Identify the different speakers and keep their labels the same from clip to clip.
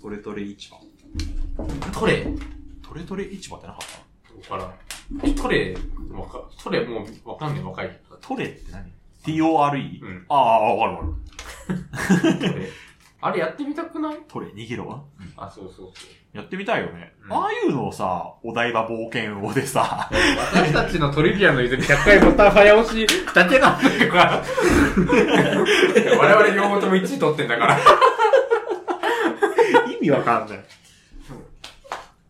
Speaker 1: トレトレ市場。
Speaker 2: トレ
Speaker 1: トレトレ市場ってなかっ
Speaker 2: わからん。トレ、わか、トレもうわかんねえ、若い。
Speaker 1: たトレって何 ?T-O-R-E?
Speaker 2: うん。
Speaker 1: ああ、わかるわかる。
Speaker 2: トレ。あれやってみたくない
Speaker 1: トレ、逃げろは
Speaker 2: あ、そうそうそう。
Speaker 1: やってみたいよね。
Speaker 2: うん
Speaker 1: ああいうのをさ、お台場冒険王でさ、
Speaker 2: 私たちのトリビアの泉100回ボタン早押しだけなんだから。我々両方とも1位取ってんだから。
Speaker 1: 意味わかんない。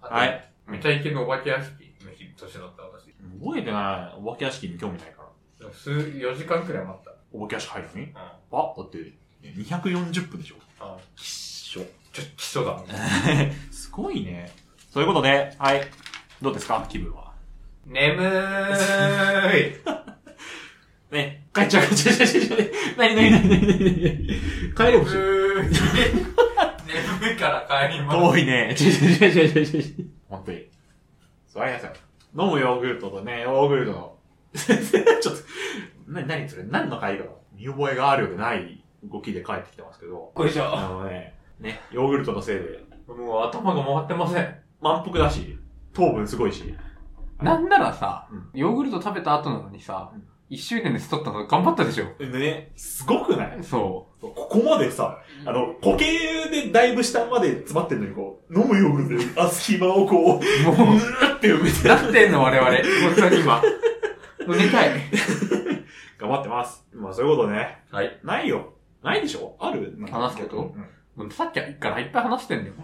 Speaker 1: はい。
Speaker 2: めちゃイケのお化け屋敷の日年だった私。
Speaker 1: 覚えてない。お化け屋敷に興味ないから。
Speaker 2: 数、4時間くらい待った。
Speaker 1: お化け屋敷入るのに
Speaker 2: うん。あ
Speaker 1: あ、だって、240分でしょ。
Speaker 2: あ
Speaker 1: きっしょ。
Speaker 2: ちょ、基礎だ。
Speaker 1: すごいね。そういうことで、はい。どうですか気分は。
Speaker 2: 眠ーい。
Speaker 1: ね。帰っちゃう、帰っちゃう、帰っちゃう、帰っちゃう。なになになになになに帰ろうし。
Speaker 2: 眠いから帰ります。
Speaker 1: 遠いね。ちょちょちょちょちょちょ。ほんとに。座りなさい。飲むヨーグルトとね、ヨーグルトの。 ちょっと、な、なにそれ何の会議だろう見覚えがあるようでない動きで帰ってきてますけど。
Speaker 2: こいしょ。
Speaker 1: あのね、ね、ヨーグルトのせいで、
Speaker 2: もう頭が回ってません。
Speaker 1: 満腹だし、糖分すごいし。
Speaker 2: なんならさ
Speaker 1: うん、
Speaker 2: ヨーグルト食べた後なのにさ
Speaker 1: うん、
Speaker 2: 一周年で太ったの頑張ったでしょ。
Speaker 1: ね、すごくない
Speaker 2: そ
Speaker 1: ここまでさ、あの、固形でだいぶ下まで詰まってんのに、こう、飲むヨーグルトで、あ、隙間をこう、
Speaker 2: う。も
Speaker 1: う
Speaker 2: う、
Speaker 1: ーって埋めて。
Speaker 2: なってんの我々。本当に今。もう寝たい。
Speaker 1: 頑張ってます。まあそういうことね。
Speaker 2: はい。
Speaker 1: ないよ。ないでしょある
Speaker 2: 話すこともうさっきからいっぱい話してんだよ。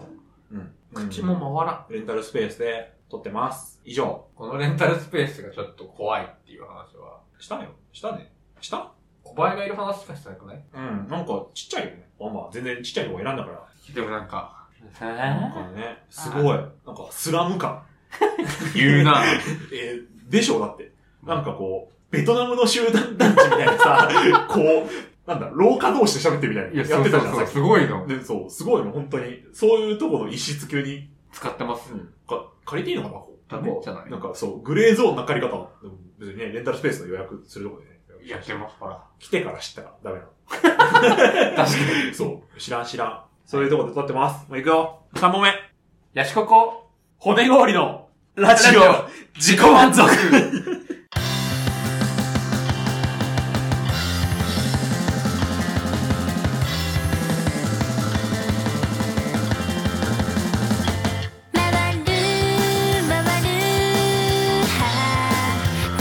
Speaker 1: うん。うん。
Speaker 2: 口も回らん。
Speaker 1: うん。レンタルスペースで撮ってます。以上。
Speaker 2: このレンタルスペースがちょっと怖いっていう話は、
Speaker 1: したよ。したね。した
Speaker 2: 小林がいる話しかしてなくない
Speaker 1: うん。なんか、ちっちゃいよね。まあまあ、全然ちっちゃいとこ選んだから。
Speaker 2: でもなんか、え
Speaker 1: なん
Speaker 2: ー
Speaker 1: かね、すごい。なんか、スラム感。
Speaker 2: 言うな。
Speaker 1: えーでしょうだって。なんかこう、ベトナムの集団団地みたいな さ、こう、なんだ、廊下同士で喋ってるみたい
Speaker 2: い
Speaker 1: な。
Speaker 2: や、
Speaker 1: や
Speaker 2: そ
Speaker 1: っ
Speaker 2: う
Speaker 1: て
Speaker 2: そ
Speaker 1: た
Speaker 2: う
Speaker 1: じゃん、
Speaker 2: そ
Speaker 1: さ
Speaker 2: う、
Speaker 1: っき
Speaker 2: すごいの。
Speaker 1: で、そう、すごいの、本当に。そういうとこの一室急に、
Speaker 2: 使ってます。
Speaker 1: か借りていいのかなこう
Speaker 2: ダメじゃない
Speaker 1: なんかそう、グレーゾーンの借り方。でも別にね、レンタルスペースの予約するとこでね。
Speaker 2: いや、でもほら。
Speaker 1: 来てから知ったらダメな
Speaker 2: 確かに。
Speaker 1: の。 そう。知らん知らん。そういうとこで撮ってます。もう行くよ。3問目。
Speaker 2: ヤシココ
Speaker 1: 骨氷のラジ
Speaker 2: ラジ
Speaker 1: オ、自己満足。
Speaker 3: 回る回るはあ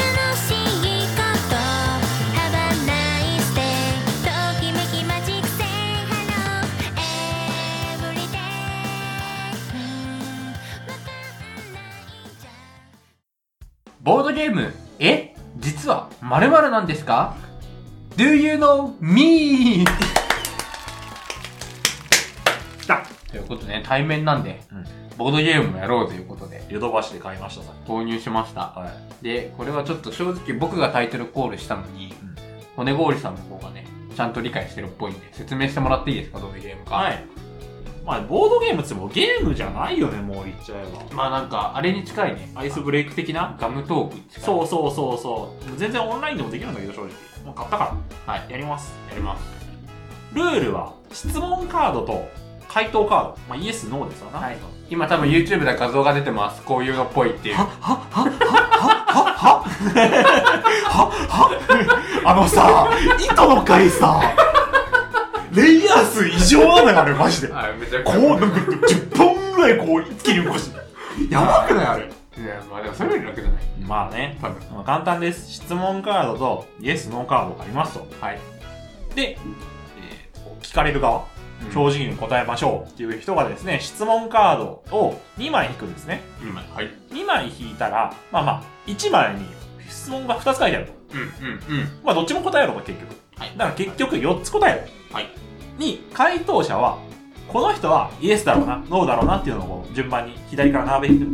Speaker 3: 楽しいことハバナイステイときめきマジックセイハローエブリデイわかんないじゃん
Speaker 2: ボードゲーム、え実は〇〇なんですか ?Do you know me?
Speaker 1: 来た。
Speaker 2: ということでね、対面なんで、
Speaker 1: うん
Speaker 2: ボードゲームもやろうということで、
Speaker 1: ヨドバシで買いました、さっ
Speaker 2: 購入しました。
Speaker 1: き。はい。
Speaker 2: で、これはちょっと正直僕がタイトルコールしたのに、
Speaker 1: うん
Speaker 2: 骨氷さんの方がね、ちゃんと理解してるっぽいんで、説明してもらっていいですかどういうゲームか。
Speaker 1: はい。まあ、ボードゲームっつってもゲームじゃないよね、もう言っちゃえば。
Speaker 2: まあなんか、あれに近いね。
Speaker 1: アイスブレイク的な
Speaker 2: ガムトークに近い。
Speaker 1: そうそうそうそう。全然オンラインでもできるんだけど、正直。もう買ったから。はい。やります。
Speaker 2: やります。
Speaker 1: ルールは質問カードと回答カード、まあ、イエス・ノーですわな、
Speaker 2: はい今多分 YouTube で画像が出てます。こういうのっぽいっていう。
Speaker 1: あのさ糸の回さレイヤー数異常なんだからねマジでこ
Speaker 2: あ、めちゃ
Speaker 1: うなんか10本ぐらいこう一気に動かしてやばくないあれ
Speaker 2: いや、まあでもそれより楽じゃない。
Speaker 1: まあね
Speaker 2: 多分。
Speaker 1: まあ簡単です質問カードとイエス・ノーカードがありますと
Speaker 2: はい。
Speaker 1: で、えー聞かれる側正直に答えましょうっていう人がですね質問カードを2枚引くんですね
Speaker 2: 今、はい。
Speaker 1: 2枚引いたら、まあまあ、1枚に質問が2つ書いてあると。
Speaker 2: うん、うん、うん。
Speaker 1: まあ、どっちも答えろと、結局。
Speaker 2: はい
Speaker 1: だから結局4つ答えろ。
Speaker 2: はい
Speaker 1: に、回答者は、この人はイエスだろうな、ノーだろうなっていうのをこう順番に左から並べてい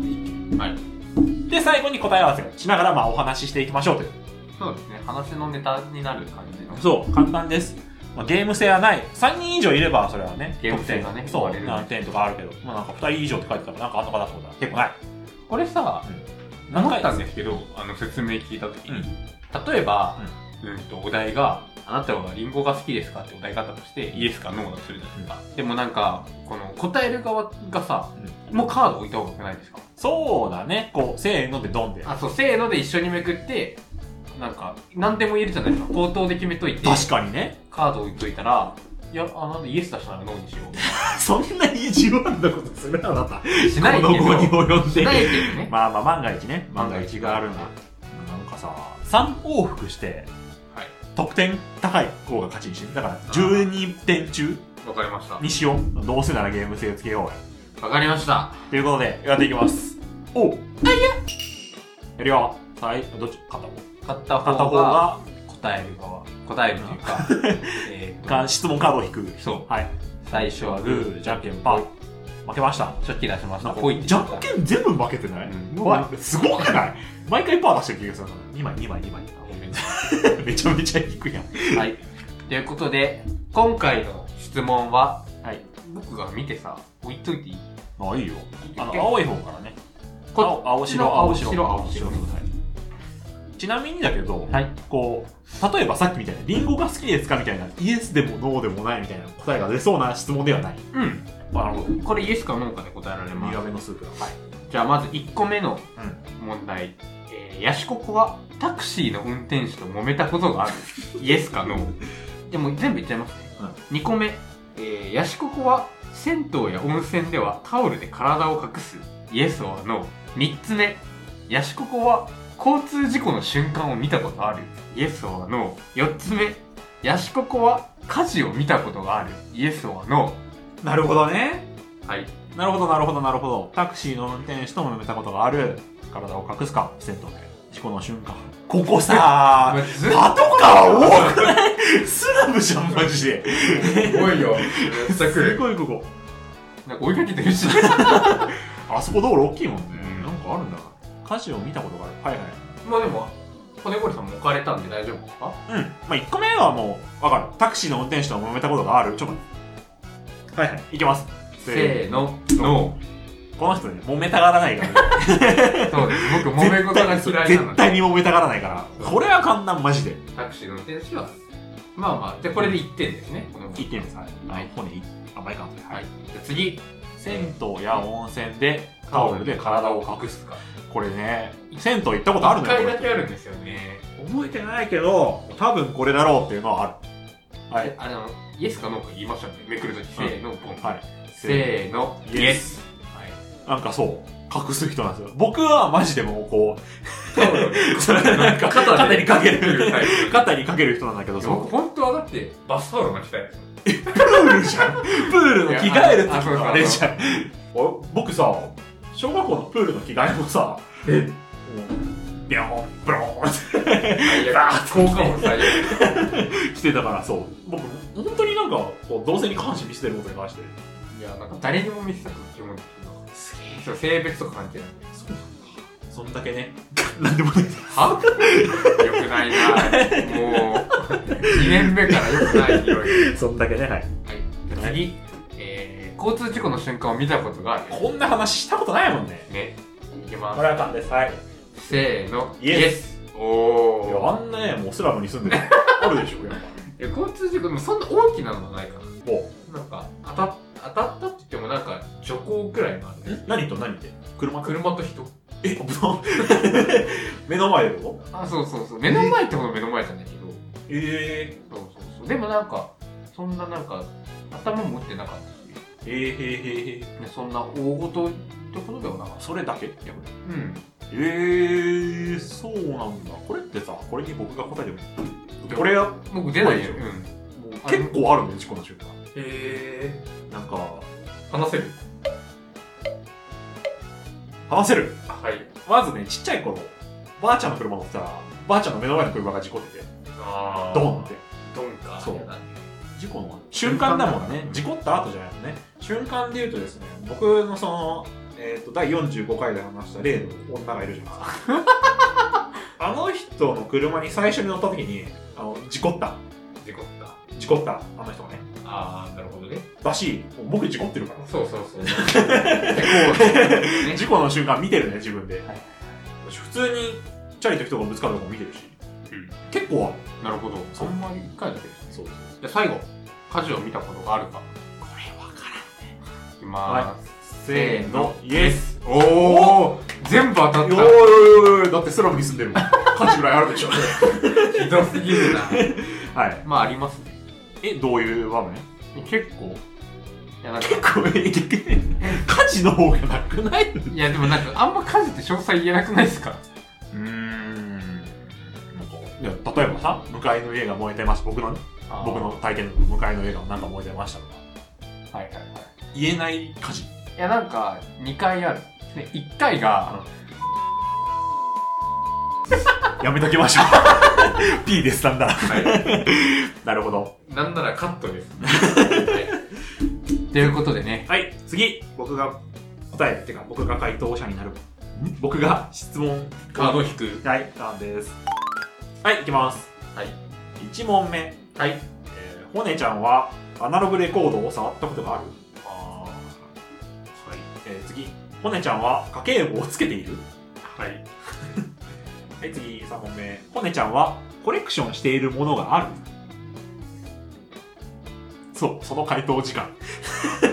Speaker 1: く。
Speaker 2: はい。
Speaker 1: で、最後に答え合わせをしながら、まあ、お話ししていきましょうという。
Speaker 2: そうですね。話のネタになる感じの。
Speaker 1: そう、簡単です。まあ、ゲーム性はない。3人以上いれば、それはね、
Speaker 2: ゲーム性がね
Speaker 1: 得点そ
Speaker 2: 割れ
Speaker 1: う、
Speaker 2: る
Speaker 1: 何点とかあるけど、まあ、なんか2人以上って書いてたら、なんかあんのかなってことは結構ない。
Speaker 2: これさ、
Speaker 1: 何
Speaker 2: 思
Speaker 1: 回
Speaker 2: ったんですけど、あの説明聞いたときに、例えば、うん、とお題が、あなたはリンゴが好きですかって答え方として、イエスかノーだとするじゃないですか。でもなんか、この答える側がさ、もうカード置いた方が良くないですか
Speaker 1: そうだね。こう、せーのでドンで。
Speaker 2: あ、そう、せーので一緒にめくって、なんか、何でも言えるじゃないです か。口頭で決めといて、
Speaker 1: 確かにね。
Speaker 2: カード置いといたら、いや、あ、なんでイエス出したならノーにしよう。
Speaker 1: そんなに自由なことするあなた。
Speaker 2: しないけど、
Speaker 1: この後に及ん
Speaker 2: し
Speaker 1: で。
Speaker 2: ないけど ね。
Speaker 1: まあまあ、万が一ね。万が一があるな。なんかさ、3往復して、
Speaker 2: はい
Speaker 1: 得点高い方が勝ちにして。だから、12点中
Speaker 2: わかりました。
Speaker 1: にしよう。どうせならゲーム性をつけようや。
Speaker 2: わかりました。
Speaker 1: ということで、やっていきます。おうあ、いややるよ。はい、どっち片方。
Speaker 2: 買った
Speaker 1: 片
Speaker 2: 方
Speaker 1: 方
Speaker 2: が
Speaker 1: が、
Speaker 2: 答える側。答えるという か、えーっと
Speaker 1: か質問カードを引く。
Speaker 2: そう
Speaker 1: はい。
Speaker 2: 最初は
Speaker 1: グ
Speaker 2: グー、
Speaker 1: ー、じゃんけんパー。負けました。
Speaker 2: 初期出しまし
Speaker 1: な
Speaker 2: た。
Speaker 1: んか
Speaker 2: こう言って
Speaker 1: じゃんけん全部負けてない、
Speaker 2: うん
Speaker 1: もうなんかすごくない毎回パー出してる気がする。2枚、2枚、2枚。めちゃめちゃ低いやん。
Speaker 2: はい。ということで、今回の質問は、
Speaker 1: はい。
Speaker 2: 僕が見てさ、置いといていい
Speaker 1: あ、いいよ。あの、
Speaker 2: 結
Speaker 1: 青い方からね。
Speaker 2: こ
Speaker 1: 青、青白、
Speaker 2: 青
Speaker 1: 青
Speaker 2: 白
Speaker 1: 白、
Speaker 2: 青白
Speaker 1: 青はいちなみにだけど、
Speaker 2: はい。
Speaker 1: こう、例えばさっきみたいな、リンゴが好きですかみたいな、イエスでもノーでもないみたいな答えが出そうな質問ではない。
Speaker 2: うん。
Speaker 1: なるほ
Speaker 2: これイエスかノーかで答えられま
Speaker 1: 苦
Speaker 2: す。
Speaker 1: めのスープだ。はい。
Speaker 2: じゃあまず1個目の
Speaker 1: う
Speaker 2: 問題。えー、ヤシココはタクシーの運転手と揉めたこと がある。イエスかノー。でも全部言っちゃいますね。2個目。えー、ヤシココは銭湯や温泉ではタオルで体を隠す。イエスはノー。3つ目。ヤシココは交通事故の瞬間を見たことある。イエスはノー。4つ目。ヤシココは火事を見たことがある。イエスはノ
Speaker 1: ん。なるほどね。
Speaker 2: ー。はい。
Speaker 1: なるほど、なるほど、なるほど。タクシーの運転手ともめたことがある。体を隠すか、セットで。事故の瞬間。ここ さ、
Speaker 2: ずっと
Speaker 1: パトカー多くない スラムじゃん、マジで。
Speaker 2: すごいよ。めっちゃ来
Speaker 1: す
Speaker 2: る。
Speaker 1: ごい、ここ。
Speaker 2: なんか追いかけてるし。
Speaker 1: あそこ道路大きいもんね
Speaker 2: うん。
Speaker 1: なんかあるんだな。歌詞を見たことがある。はい
Speaker 2: まあでも、骨堀さんも置かれたんで大丈夫ですか
Speaker 1: はい。うん。まあ、1個目はもう、わかる。タクシーの運転手ともめたことがある。ちょっと待って。はいはい。いきます。
Speaker 2: せーの、ノ
Speaker 1: ノこの人ね、揉めたがらないから。
Speaker 2: ー。そうです。僕、揉め事が
Speaker 1: 絶
Speaker 2: 嫌
Speaker 1: 対
Speaker 2: いなの
Speaker 1: 絶対
Speaker 2: で、
Speaker 1: に揉めたがらないから。これは簡単、マジで。
Speaker 2: タクシーの運転手は、まあまあ、で、これで1点ですね。この
Speaker 1: 1点です。はい。
Speaker 2: はい
Speaker 1: 骨い甘いかもね。
Speaker 2: はい。じゃあ次、
Speaker 1: 銭湯や温泉でタオルで体を隠す。
Speaker 2: すか。
Speaker 1: これね、銭湯行ったことある
Speaker 2: 1
Speaker 1: の
Speaker 2: 回
Speaker 1: よ
Speaker 2: だ。けあるんですよね。
Speaker 1: これ覚えてないけど、多分これだろうっていうのはある。は
Speaker 2: はいい。。あの、イエスかノーか言いましたね。めくるとき、せーの、ボン。
Speaker 1: はい。
Speaker 2: せーの、イエス。はい。
Speaker 1: なんかそう、隠す人なんですよ。僕はマジでもうこ
Speaker 2: タオルをね
Speaker 1: う、それなんか肩にかける。
Speaker 2: はい。
Speaker 1: 肩にかける人なんだけど、
Speaker 2: いや
Speaker 1: そ
Speaker 2: 僕、
Speaker 1: う。
Speaker 2: 本当はだって、バスタオル巻きたいです。
Speaker 1: プールじ ゃん。プールの着替える時
Speaker 2: いやあ
Speaker 1: のあれじゃん。お僕さ、小学校のプールの着替えもさ、
Speaker 2: え
Speaker 1: ビョーン、ブローンって
Speaker 2: 最悪。効果も最悪。
Speaker 1: してたからそう僕本当になんかこう同性に関心見せてることに関して
Speaker 2: いや、なんか誰にも見せたくない気持ちの。
Speaker 1: す
Speaker 2: そう性別とか関係ない。
Speaker 1: そうなんだそんだけねなんでもない
Speaker 2: はよくないなもう、2年目からよくない匂 い。
Speaker 1: そんだけねはい
Speaker 2: はい。次、 えー、交通事故の瞬間を見たことがあ
Speaker 1: こんな話したことないもんね
Speaker 2: る。ね。いきま
Speaker 1: これは勘ですはい
Speaker 2: す。せーの、
Speaker 1: イエス
Speaker 2: ス。
Speaker 1: い
Speaker 2: お
Speaker 1: や
Speaker 2: ー。
Speaker 1: あんなねもうスラムに住んで るあるでしょやっ
Speaker 2: いや交通事故、でもそんな大きなのはないか
Speaker 1: ぱも
Speaker 2: な。なんか、当た当たったって言ってもなんか、徐行くらいのある
Speaker 1: う
Speaker 2: ね。
Speaker 1: 何と何で車
Speaker 2: 車と人。
Speaker 1: え 危ない目の前でこ
Speaker 2: あ、そうそうそう。目の前ってほど目の前じゃないけど。
Speaker 1: とえ
Speaker 2: そうそうそう。でもなんか、そんななんか、頭も打ってなかった
Speaker 1: ー、え
Speaker 2: し。
Speaker 1: ー、へーへーへー
Speaker 2: ねそんな大ごとってことではなかった
Speaker 1: それだけってこ
Speaker 2: うん
Speaker 1: とえー、そうなんだこれってさこれに僕が答えてもいいこれはも
Speaker 2: 僕出ないよ、
Speaker 1: 怖い
Speaker 2: うん、
Speaker 1: う結構あるんだよ事故の瞬間
Speaker 2: え
Speaker 1: なんか
Speaker 2: 話せる
Speaker 1: 話せる
Speaker 2: はい
Speaker 1: まずねちっちゃい頃ばあちゃんの車乗ってたらばあちゃんの目の前の車が事故ってて
Speaker 2: あ
Speaker 1: ドンって
Speaker 2: ドンか
Speaker 1: そう
Speaker 2: やだね
Speaker 1: 事故の瞬間だもん
Speaker 2: 瞬間だ
Speaker 1: ね
Speaker 2: ね
Speaker 1: 事故った後じゃないのね瞬間で言うとですね僕のその、えー、と第45回で話した例の女がいるじゃないです かあの人の車に最初に乗った時にあの事故った
Speaker 2: 事故った
Speaker 1: 事故ったあの人がね
Speaker 2: ああなるほどね
Speaker 1: だしもう僕事故ってるから
Speaker 2: そうそう そう結構ね
Speaker 1: 事故の瞬間見てるね自分で、
Speaker 2: はい
Speaker 1: 普通にチャリと人がぶつかるのも見てるし結構ある。
Speaker 2: なるほど。あんまり一回だけです
Speaker 1: そ
Speaker 2: ね。
Speaker 1: う
Speaker 2: じゃあ最後、家事を見たことがあるか。これわからんね。いきまーす。
Speaker 1: せーの、イエス
Speaker 2: おお全部当た
Speaker 1: お
Speaker 2: っ
Speaker 1: ー
Speaker 2: た。
Speaker 1: おーだってスラムに住んで るもん。価値ぐらいあるでしょ。
Speaker 2: ひどすぎるな。
Speaker 1: はい。
Speaker 2: まあありますね。
Speaker 1: え、どういう場面
Speaker 2: 結構。いやなんか、
Speaker 1: 結構、 え、価値の方がなくない
Speaker 2: いやでもなんかあんま家事って詳細言えなくないですか
Speaker 1: うーんなんかいや例えばさ向かいの家が燃えてました僕のね僕の。体験の向かいの家がなんか燃えてましたとか
Speaker 2: はいはいはい。
Speaker 1: 言えない家事
Speaker 2: いやなんか2回ある。で1回が、
Speaker 1: やめときま しょう P ですなんだ なるほど
Speaker 2: なんならカットです。はいということでね、
Speaker 1: はい次僕が答えっていうか僕が回答者になる僕が質問
Speaker 2: カード引く。
Speaker 1: はいターンですはいいきます
Speaker 2: はい
Speaker 1: 1問目
Speaker 2: はい。
Speaker 1: えー、ホネちゃんはアナログレコードを触ったことがあるあはい、えー、次ホネちゃんは家計簿をつけている
Speaker 2: はい。
Speaker 1: はい次3問目ホネちゃんはコレクションしているものがあるそうその回答時間
Speaker 2: コ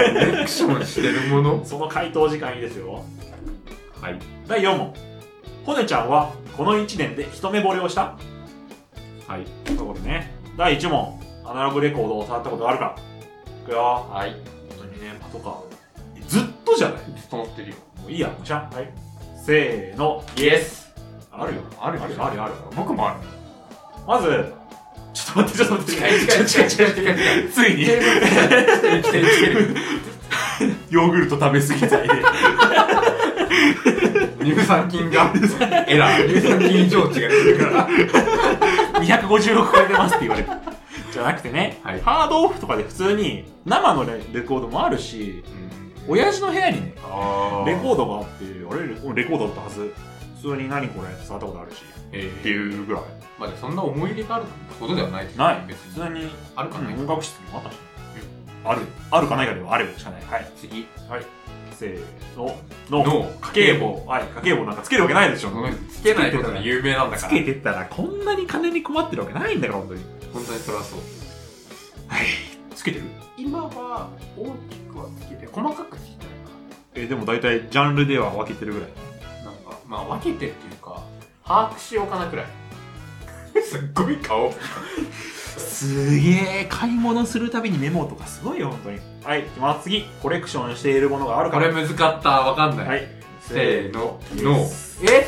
Speaker 2: レクションしてるもの
Speaker 1: その回答時間いいですよ
Speaker 2: はい。
Speaker 1: 第4問ホネちゃんはこの1年で一目惚れをした
Speaker 2: はい。
Speaker 1: ということね第1問アナログレコードを触ったことがあるかいくよ
Speaker 2: はい。
Speaker 1: 本当にねパトカーずっとじゃない
Speaker 2: 整ってるよ。
Speaker 1: もういいや、もうしゃ。はい。せーの。
Speaker 2: イエス
Speaker 1: あるよ。
Speaker 2: ある
Speaker 1: あ
Speaker 2: あ
Speaker 1: る
Speaker 2: る
Speaker 1: よあるよあるよ
Speaker 2: 僕もある。
Speaker 1: まず、ちょっと待って、ちょっと待って。
Speaker 2: 近い近い近い。
Speaker 1: ついに、ヨ
Speaker 2: 生きてる生きてる。
Speaker 1: ーグルト食べ過ぎたいで。
Speaker 2: 乳酸菌が、エラー。乳酸菌上値が出るから。
Speaker 1: 250億超えてますって言われる。じゃなくてね、
Speaker 2: はい
Speaker 1: ハードオフとかで普通に生のレレコードもあるし、親父の部屋にね、
Speaker 2: あ
Speaker 1: レコ
Speaker 2: ー
Speaker 1: ードがあって、あれレコレコードだったはず。普通に何これって触ったことあるし、
Speaker 2: えー
Speaker 1: っていうぐらい。
Speaker 2: まあでもそんな思い入れがあるってことではないですよ
Speaker 1: ない。
Speaker 2: 別
Speaker 1: 普
Speaker 2: に
Speaker 1: 通に、
Speaker 2: あるかない
Speaker 1: うん音楽室にもあったし。ある。あるかないかではあるしかない。はい。
Speaker 2: 次
Speaker 1: せーの。の
Speaker 2: の
Speaker 1: 家計簿。はい、家計簿なんかつけるわけないでしょ。
Speaker 2: ごめんつけないことが有名なんだ
Speaker 1: つ
Speaker 2: から
Speaker 1: けてったらこんなに金に困ってるわけないんだから、本当に。
Speaker 2: 本当にそれはそう
Speaker 1: はい。つけてる
Speaker 2: 今は大きくはつけて細かくつけてない
Speaker 1: え、でも大体ジャンルでは分けてるぐらい。
Speaker 2: かなんかまあ分けてっていうか把握しようかなくらい すっごい顔
Speaker 1: すげえ、買い物するたびにメモとかすごいよ、本当に。はい、まあ次、コレクションしているものがあるか
Speaker 2: こ
Speaker 1: ら。
Speaker 2: れ難かったわかんない、
Speaker 1: はい。
Speaker 2: せーの
Speaker 1: ノ
Speaker 2: の
Speaker 1: ー
Speaker 2: え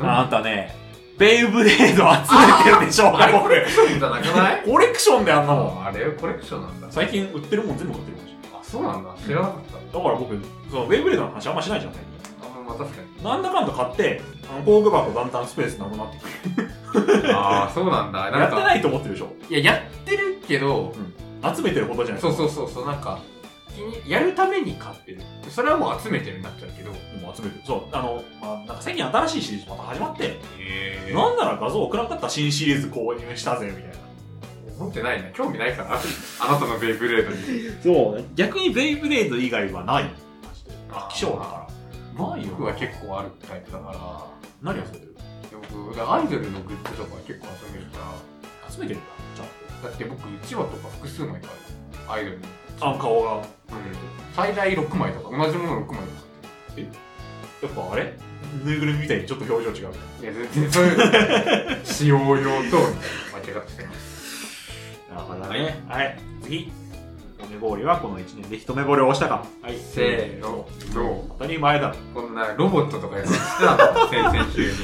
Speaker 1: あんたね、ベイブレード集めてるでしょ、
Speaker 2: あれコ
Speaker 1: こ
Speaker 2: レ
Speaker 1: れ
Speaker 2: ク。ションじゃなくない
Speaker 1: コレクションであんなもん。
Speaker 2: あれコレクションなんだ
Speaker 1: 最近売ってるもん全部買ってるかもしれない。
Speaker 2: あそうなんだ知らなかっ
Speaker 1: だから僕、そのベイブレードの話あんましないじゃん、最近。
Speaker 2: たあまあ確かに
Speaker 1: なんだかんだ買って、あの工具箱だんだんスペースなくなってくる。
Speaker 2: ああそうなんだ
Speaker 1: や
Speaker 2: な
Speaker 1: っ
Speaker 2: ん
Speaker 1: て
Speaker 2: か
Speaker 1: ないと思ってるでしょ
Speaker 2: いややってるけど
Speaker 1: 集めてるほどじゃない
Speaker 2: そうそうそうそうなんか気にやるために買ってるそれはもう集めてるになっちゃうけど
Speaker 1: もう集めてる。そう。あの、まあ、なんか最近新しいシリーズまた始まって、
Speaker 2: え
Speaker 1: なんなら画像送らなかった新シリーズ購入したぜ、みたいな。
Speaker 2: 持ってないな興味ないからあなたのベイブレードに
Speaker 1: そう。逆にベイブレード以外はない。
Speaker 2: あー
Speaker 1: 希少だから。ないよ。
Speaker 2: 僕は結構あるタイプだか
Speaker 1: 何集めてる
Speaker 2: ら僕アイドルのグッズとかは結構集めるか
Speaker 1: 集めてるんだ。ち
Speaker 2: らだって僕うちわとか複数枚買うアイドルの、
Speaker 1: ゃんと。あ、顔が。
Speaker 2: 最大6枚とか同じもの6枚とか
Speaker 1: やっぱあれぬいぐるみみたいにちょっと表情違うみたい
Speaker 2: いや全然そういう の使用用と間違ってます
Speaker 1: な。なるほどね。はい。次。米氷はこの1年で一目惚れをしたか。はい。
Speaker 2: せーのど
Speaker 1: 当たり前だろ。
Speaker 2: うこんなロボットとかやってたの先々週に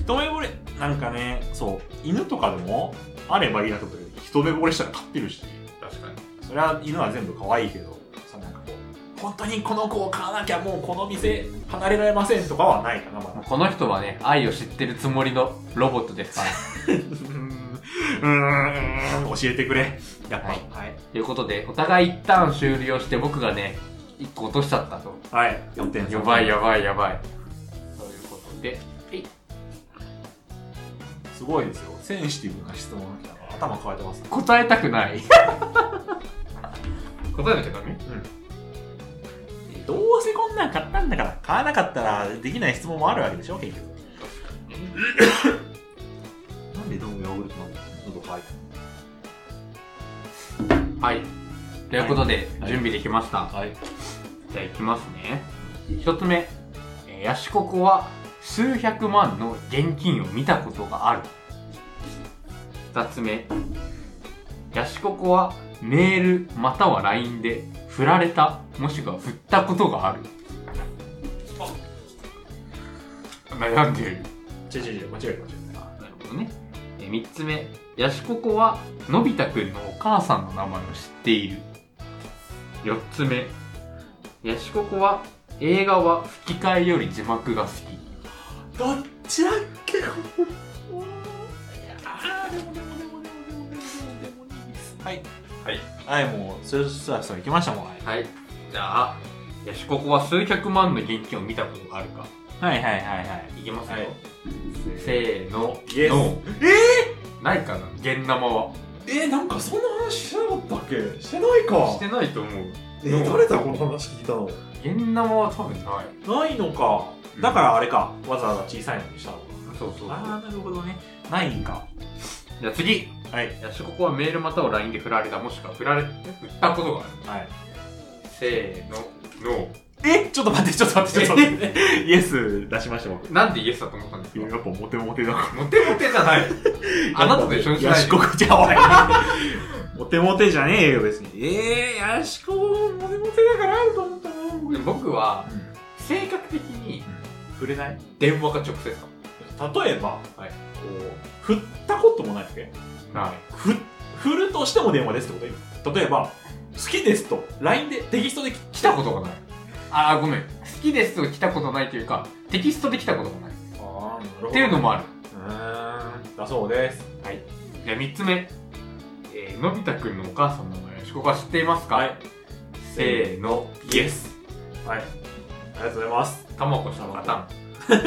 Speaker 1: 一目惚れなんかねそう犬とかでもあればいいなと思ったけど一目惚れしたら飼ってるし
Speaker 2: 確かに
Speaker 1: それは犬は全部可愛いけどさなんかこう本当にこの子を飼わなきゃもうこの店離れられませんとかはないかなまだ
Speaker 2: この人はね、愛を知ってるつもりのロボットですから。
Speaker 1: うーんうーん教えてくれやっぱ
Speaker 2: はい
Speaker 1: はい、
Speaker 2: ということで、お互い一旦終了して、僕がね、一個落としちゃったと。
Speaker 1: はい、4点
Speaker 2: やばい
Speaker 1: よ
Speaker 2: やばいやばい。ということで、えい
Speaker 1: すごいですよセンシティブな質問が来たから頭変えてますね
Speaker 2: 答えたくない。答えなきゃダメ
Speaker 1: どうせこんなん買ったんだから買わなかったらできない質問もあるわけでしょ結局 なんで飲むヨーグルトなんだ喉乾いた。
Speaker 2: はい。ということで、
Speaker 1: はい
Speaker 2: 準備できました。
Speaker 1: はい。
Speaker 2: じゃあ、いきますね。一つ目。えーヤシココは数百万の現金を見たことがある。二つ目。ヤシココはメールまたは LINE で振られた、もしくは振ったことがある。悩んでいる。
Speaker 1: 違う違う違う、間違えた間違え
Speaker 2: あなるほどね。えー、3つ目、ヤシココはのび太くんのお母さんの名前を知っている。4つ目、ヤシココは映画は吹き替えより字幕が好き。
Speaker 1: た。どっちだっけあーでもでもでもでもでもでもでもでもいいですはい。はい。はい、もう、それすらさん行きましたもん。はい
Speaker 2: はい。じゃあ、ヤシココは数百万の現金を見たことがあるか。
Speaker 1: はいはいはい。
Speaker 2: いきますよ。
Speaker 1: はい
Speaker 2: せーの、
Speaker 1: イエス
Speaker 2: ノ
Speaker 1: えー
Speaker 2: ーないかな、現生は。
Speaker 1: えー、なんかそんな話してなかったっけしてないか
Speaker 2: してないと思う。
Speaker 1: えー誰だこの話聞いたの
Speaker 2: 現生は多分な
Speaker 1: な
Speaker 2: い。
Speaker 1: いのか
Speaker 2: うん
Speaker 1: だからあれか、わざわざ小さいのにしたのか
Speaker 2: そうそうそう。
Speaker 1: ああなるほどねないんか
Speaker 2: じゃあ次。
Speaker 1: はい
Speaker 2: いやしここはメールまたは LINE で振られたもしくは振られ振ったことがある
Speaker 1: はい
Speaker 2: せーのノ
Speaker 1: えちょっと待ってちょっと待ってちょっと待って イエス出しました僕
Speaker 2: ーなんでイエスだと思ったんです
Speaker 1: いや
Speaker 2: か
Speaker 1: やっぱモテモテだか
Speaker 2: モテモテじゃ ない
Speaker 1: ら
Speaker 2: あなたと一緒にしない
Speaker 1: やしここじゃおいモテモテじゃねえよ別にええー、やしこモテモテだからあると思ったな僕
Speaker 2: で僕は性格的に
Speaker 1: 触れない
Speaker 2: 電話か直接か
Speaker 1: 例えば、
Speaker 2: はい
Speaker 1: こう振ったこともないわけ
Speaker 2: な
Speaker 1: ふ振るとしても電話ですってこと今例えば「好きです」と LINE でテキストで
Speaker 2: い来たことがないああごめん好きですと来たことないというかテキストで来たことがないっ
Speaker 1: ああなるほど
Speaker 2: ていうのもある
Speaker 1: うんだそうです
Speaker 2: はいじゃあ3つ目、えーのび太くんのお母さんの名前しここは知っていますか、
Speaker 1: はい
Speaker 2: せーのイエス
Speaker 1: はいありがとうございます
Speaker 2: たまこさんパター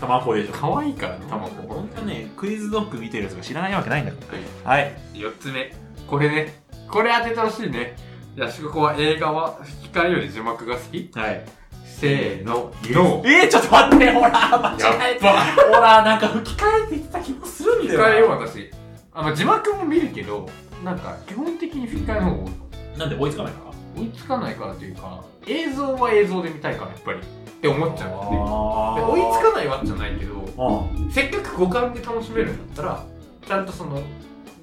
Speaker 1: たまこでし
Speaker 2: ン
Speaker 1: ょ
Speaker 2: かわいいからねたまこ
Speaker 1: こんなねクイズドッグ見てるやつが知らないわけないんだか
Speaker 2: はい
Speaker 1: らはい
Speaker 2: 4つ目これねこれ当ててほしいねじゃあここは映画は吹き替えより字幕が好き
Speaker 1: はい
Speaker 2: せーの
Speaker 1: ノ
Speaker 2: ノ
Speaker 1: ー
Speaker 2: ー
Speaker 1: えー、ちょっと待ってほら間違え
Speaker 2: や
Speaker 1: たほらなんか吹き替えてきた気もするん
Speaker 2: 吹
Speaker 1: だ
Speaker 2: き
Speaker 1: よ
Speaker 2: 替えよ
Speaker 1: な
Speaker 2: 私あの字幕も見るけどなんか基本的に吹き替えの方が
Speaker 1: なんで追いつかないかな
Speaker 2: 追いつかないからというか映像は映像で見たいからやっぱりって思っちゃうんでで追いつかないわけじゃないけど
Speaker 1: うん
Speaker 2: せっかく五感で楽しめるんだったらちゃんとその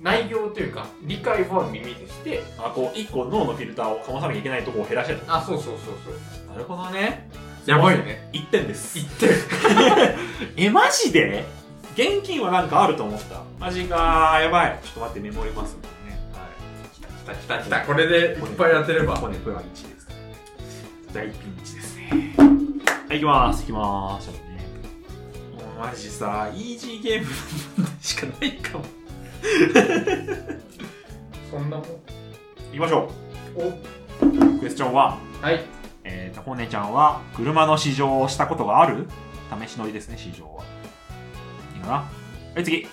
Speaker 2: 内容というか理解は耳でして
Speaker 1: あこう一個脳のフィルターをかまさなきゃいけないとこを減らしてる
Speaker 2: あそうそうそうそう
Speaker 1: なるほどね
Speaker 2: やばいね
Speaker 1: 1点です
Speaker 2: 点
Speaker 1: えマジで現金はなんかあると思ったマジかやばいちょっと待ってメモりますもんねは
Speaker 2: きたきたきたこれでいっぱい当てれば
Speaker 1: いここねこれは1です大ピンチですねはい行きます行きまーすちょっとねもうマジさイージーゲームしかないかも
Speaker 2: そんなもん
Speaker 1: 行きましょうクエスチョン1
Speaker 2: はい
Speaker 1: えーと、ホネちゃんは車の試乗をしたことがある試し乗りですね、試乗は。いいかなはい、次。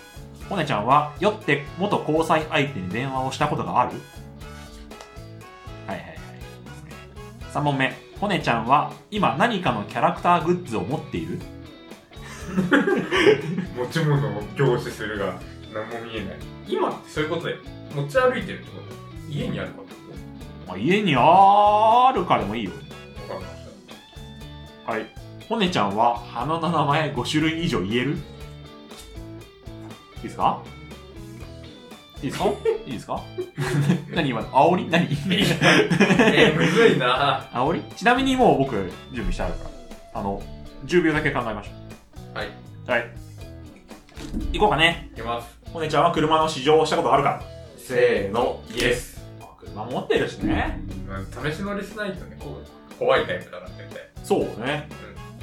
Speaker 1: ホネちゃんは酔って元交際相手に電話をしたことがあるはいはいはい。3問目。ホネちゃんは今何かのキャラクターグッズを持っている
Speaker 2: 持ち物を凝視するが何も見えない今ってそういうことで持ち歩いてるってこと家にあるかってこ
Speaker 1: まあ、家にあるかでもいいよ。
Speaker 2: とわかんない
Speaker 1: はい。ホネちゃんは花の名前5種類以上言えるいいですかいいで すかいいですか何今の煽り何
Speaker 2: えー、むずいな
Speaker 1: 煽りちなみにもう僕準備してあるから。あの、10秒だけ考えましょ。
Speaker 2: はいう
Speaker 1: はい。行こうかね。
Speaker 2: いきます
Speaker 1: ホネちゃんは車の試乗をしたことあるか
Speaker 2: せーのイエス
Speaker 1: まあ車持ってるしね。
Speaker 2: 試し乗りしないとねこう怖いタイプだなって絶対
Speaker 1: そうね。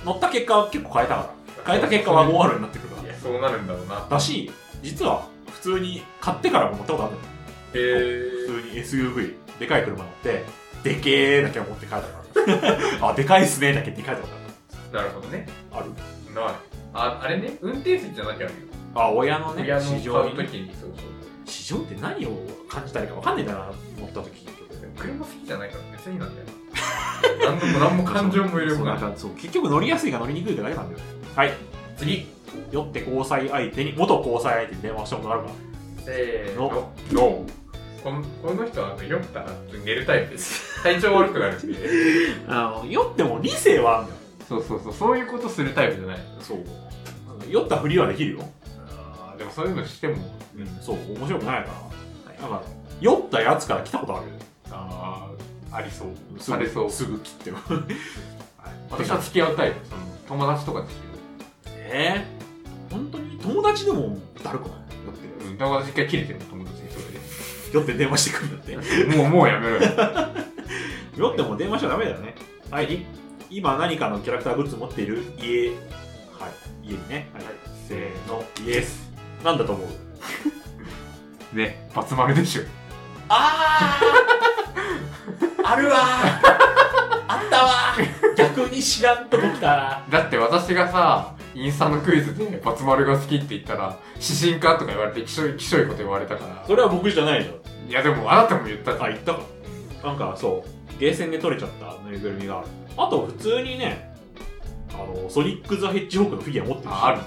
Speaker 1: 乗った結果は結構変えたから。変えた結果は5 r になってくるから
Speaker 2: い。やそうなるんだろうな
Speaker 1: だし、実は普通に買ってからも乗ったことあるんだよ
Speaker 2: へえ
Speaker 1: 普通に SUV でかい車乗ってでけーだけは持って帰ったから あでかいっすねだけでかいとか
Speaker 2: なるほどね
Speaker 1: ある
Speaker 2: ないああれね運転席じゃなきゃあるよ
Speaker 1: あ親のね
Speaker 2: 親の
Speaker 1: 市場
Speaker 2: 買う
Speaker 1: にね
Speaker 2: 時にそうそう
Speaker 1: 市場って何を感じたらいいか分かんねえんだな乗った時
Speaker 2: 車好きじゃないから別になんだよ何の何も感情も入れ
Speaker 1: そう
Speaker 2: もな
Speaker 1: ないんかそう結局乗りやすいか乗りにくいかだけなんだよねはい
Speaker 2: 次
Speaker 1: 酔って交際相手に、元交際相手に電話したことあるか
Speaker 2: せーの
Speaker 1: の。ノ
Speaker 2: このこの人はあの酔ったら寝るタイプです。体調悪くなるんで。
Speaker 1: ー。あの、酔っても理性はあるんだよ。
Speaker 2: そうそうそう、そういうことするタイプじゃない。
Speaker 1: そう。酔ったふりはできるよ。
Speaker 2: あーでもそういうのしても、
Speaker 1: うん、そう、面白くないから。なんか、酔ったやつから来たことある
Speaker 2: あーありそう。
Speaker 1: す
Speaker 2: ありそう
Speaker 1: ぐ、。すぐ切っても。
Speaker 2: 私は付き合うタイプ。その友達とかです
Speaker 1: えー、本当に友達でもだるくない酔ってる
Speaker 2: けど。うん、だから一回切れてる友達にそ
Speaker 1: 酔って電話してくるんだって。
Speaker 2: れで。もう、もうやめろよ。
Speaker 1: 酔っても電話しちゃダメだよね。はい。今何かのキャラクターグッズ持っている家。はい。家にね。はい。せーの、イエス。なんだと思う
Speaker 2: ね、バツ丸でしょ。
Speaker 1: あー あるわーあったわー逆に知らんとこ来た
Speaker 2: だって私がさ、インスタのクイズでバツ丸が好きって言ったら、指針かとか言われて、きしょい、きしょいこと言われたから。
Speaker 1: それは僕じゃないでしょ。
Speaker 2: いやでも、あなたも言ったじゃ
Speaker 1: あ、
Speaker 2: ん。
Speaker 1: 行ったか。なんかそう、ゲーセンで取れちゃったぬいぐるみがある。あと、普通にね、あの、ソニック・ザ・ヘッジホークのフィギュア持ってるし。
Speaker 2: あ、あるね。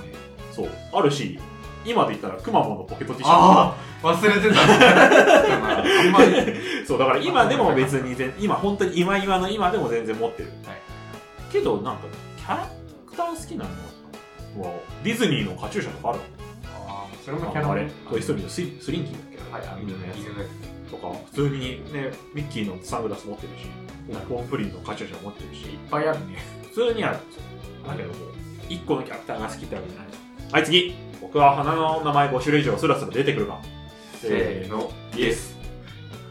Speaker 1: そう、あるし、今で言ったらくまモンのポケットティッシュ。
Speaker 2: ああ忘れてた。 あんまり。
Speaker 1: そう、だから今でも別に全、今本当に今今の今でも全然持ってる。
Speaker 2: はい
Speaker 1: けど、なんか、キャラクター好きなのは、ディズニーのカチューシャとかある
Speaker 2: あーそれもキャ
Speaker 1: のあ
Speaker 2: ラ
Speaker 1: れ、トイ・ストーリーのスリスリンキーだっけ
Speaker 2: はい、あの
Speaker 1: 犬のや
Speaker 2: 犬
Speaker 1: つ
Speaker 2: のや
Speaker 1: とか、普通にね、ミッキーのサングラス持ってるし、ポンプリンのカチューシャ持ってるし、
Speaker 2: つ。いっぱいあるね。
Speaker 1: 普通にあるんですよだけども一個のキャラクターが好きってわけじゃないはい次僕は花の名前5種類以上スラスラ出てくるか
Speaker 2: せーの。
Speaker 1: イエス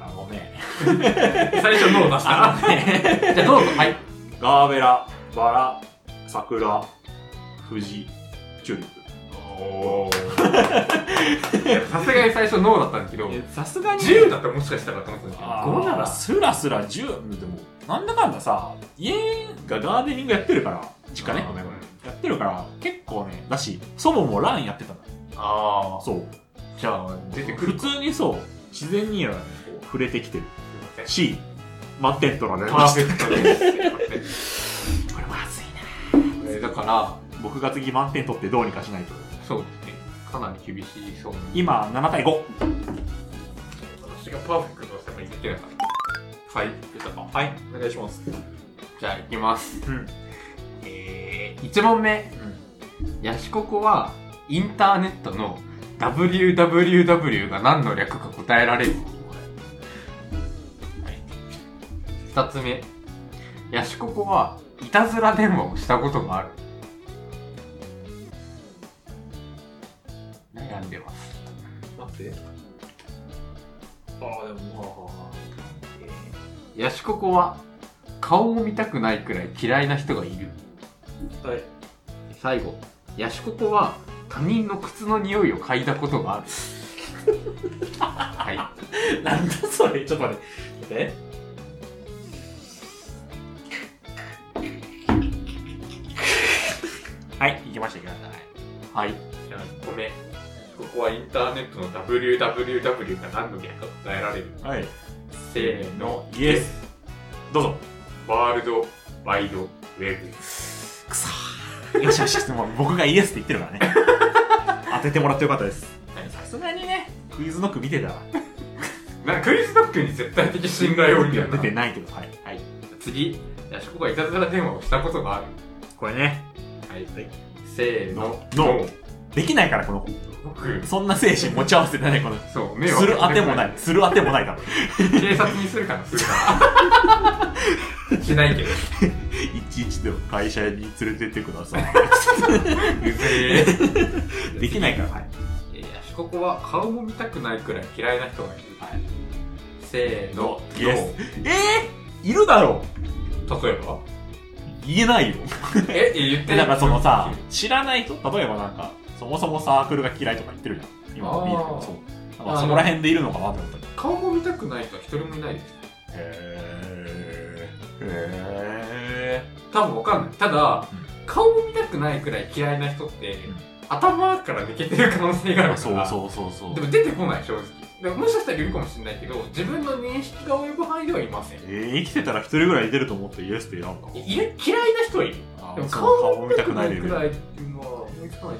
Speaker 1: あのね
Speaker 2: 最初脳出し
Speaker 1: あ
Speaker 2: た。
Speaker 1: のね
Speaker 2: じゃあどうぞ。はい。
Speaker 1: ガーベラバラ桜藤チューリッ
Speaker 2: おー。さすがに最初脳だったんだけど、
Speaker 1: プさすが
Speaker 2: 10だったらもしかしたらと思ってたんだけど、
Speaker 1: あ
Speaker 2: 5な
Speaker 1: ー
Speaker 2: ら、
Speaker 1: スラスラ10でもなんだかんださ家がガーデニングやってるから実家ね
Speaker 2: あー
Speaker 1: やってるから結構ねだし祖母もランやってたの
Speaker 2: あー、
Speaker 1: そう
Speaker 2: じゃあ出てく
Speaker 1: 普
Speaker 2: る。
Speaker 1: 通にそう自然にはねこう触れてきてる
Speaker 2: すいません
Speaker 1: C 満点とかね
Speaker 2: パーフェクトです。
Speaker 1: これまずいな
Speaker 2: えーだから、
Speaker 1: 僕が次満点取ってどうにかしないと
Speaker 2: そうですね。かなり厳しいそうな。
Speaker 1: 今7対5
Speaker 2: 私がパーフェクトしてもいけてなかった。はい。出たか。
Speaker 1: はいお願いします
Speaker 2: じゃあ、いきます。
Speaker 1: うん
Speaker 2: えー、1問目。
Speaker 1: う
Speaker 2: ヤシココは、インターネットの www が何の略か答えられる。2つ目。ヤシココは、いたずら電話をしたことがある。悩んでます。
Speaker 1: ん待ってああでも
Speaker 2: ヤシココは、顔を見たくないくらい嫌いな人がいる。
Speaker 1: はい
Speaker 2: 最後ヤシココは他人の靴の匂いを嗅いだことがあるはい
Speaker 1: なんだそれちょっと待って 待ってはい行きました行きました
Speaker 2: はいじゃあ1個目ヤシココはインターネットの www が何の略か答えられる
Speaker 1: はい
Speaker 2: せーの
Speaker 1: イエスどうぞ
Speaker 2: ワールドワイドウェブ
Speaker 1: くそーよしよしよしもう僕がイエスって言ってる からね当ててもらってよかったですさすがにねクイズノック見てたわ
Speaker 2: なクイズドッグに絶対的信頼を置いてる
Speaker 1: 出て
Speaker 2: な
Speaker 1: ないけどはい、はい、
Speaker 2: 次ヤシココはいたずら電話をしたことがある
Speaker 1: これね
Speaker 2: はい、
Speaker 1: はい
Speaker 2: せーの
Speaker 1: ノできないからこの子
Speaker 2: 僕
Speaker 1: そんな精神持ち合わせてないこの子
Speaker 2: そう目を
Speaker 1: する当てもないいする当てもないから
Speaker 2: 警察にするかなするかなしないけど
Speaker 1: いちいちでも会社に連れてってください
Speaker 2: うぜ
Speaker 1: できないからはい
Speaker 2: えいや四国は顔も見たくないくらい嫌いな人がいる、せーの
Speaker 1: イエえー、いるだろう
Speaker 2: どう例えば
Speaker 1: 言えないよ
Speaker 2: ええ言って
Speaker 1: でなんかそのさ知らない人例えばなんかそもそもサークルが嫌いとか言ってるじゃん今のビール
Speaker 2: あー
Speaker 1: でそうなんかそこら辺でいるのかなって思った
Speaker 2: 顔も見たくない人は一人もいないです
Speaker 1: へえへ
Speaker 2: 多分わかんないただ、
Speaker 1: う
Speaker 2: 顔も見たくないくらい嫌いな人って、
Speaker 1: ん
Speaker 2: 頭から抜けてる可能性がある
Speaker 1: え
Speaker 2: か
Speaker 1: そう
Speaker 2: ら
Speaker 1: そうそうそう
Speaker 2: でも出てこない正直でももしかしたらいるかもしれないけど自分の認識が及ぶ範囲ではいませんい
Speaker 1: えー、生きてたら一人ぐらい出ると思ってイエスって選んだ
Speaker 2: いる嫌いな人はいる
Speaker 1: あー
Speaker 2: でも
Speaker 1: そう
Speaker 2: 顔
Speaker 1: 顔
Speaker 2: も
Speaker 1: も見
Speaker 2: 見た
Speaker 1: た
Speaker 2: く
Speaker 1: く
Speaker 2: な
Speaker 1: ないいレ
Speaker 2: く
Speaker 1: ベ
Speaker 2: ら
Speaker 1: ル
Speaker 2: いまあ思いつかないけどなっ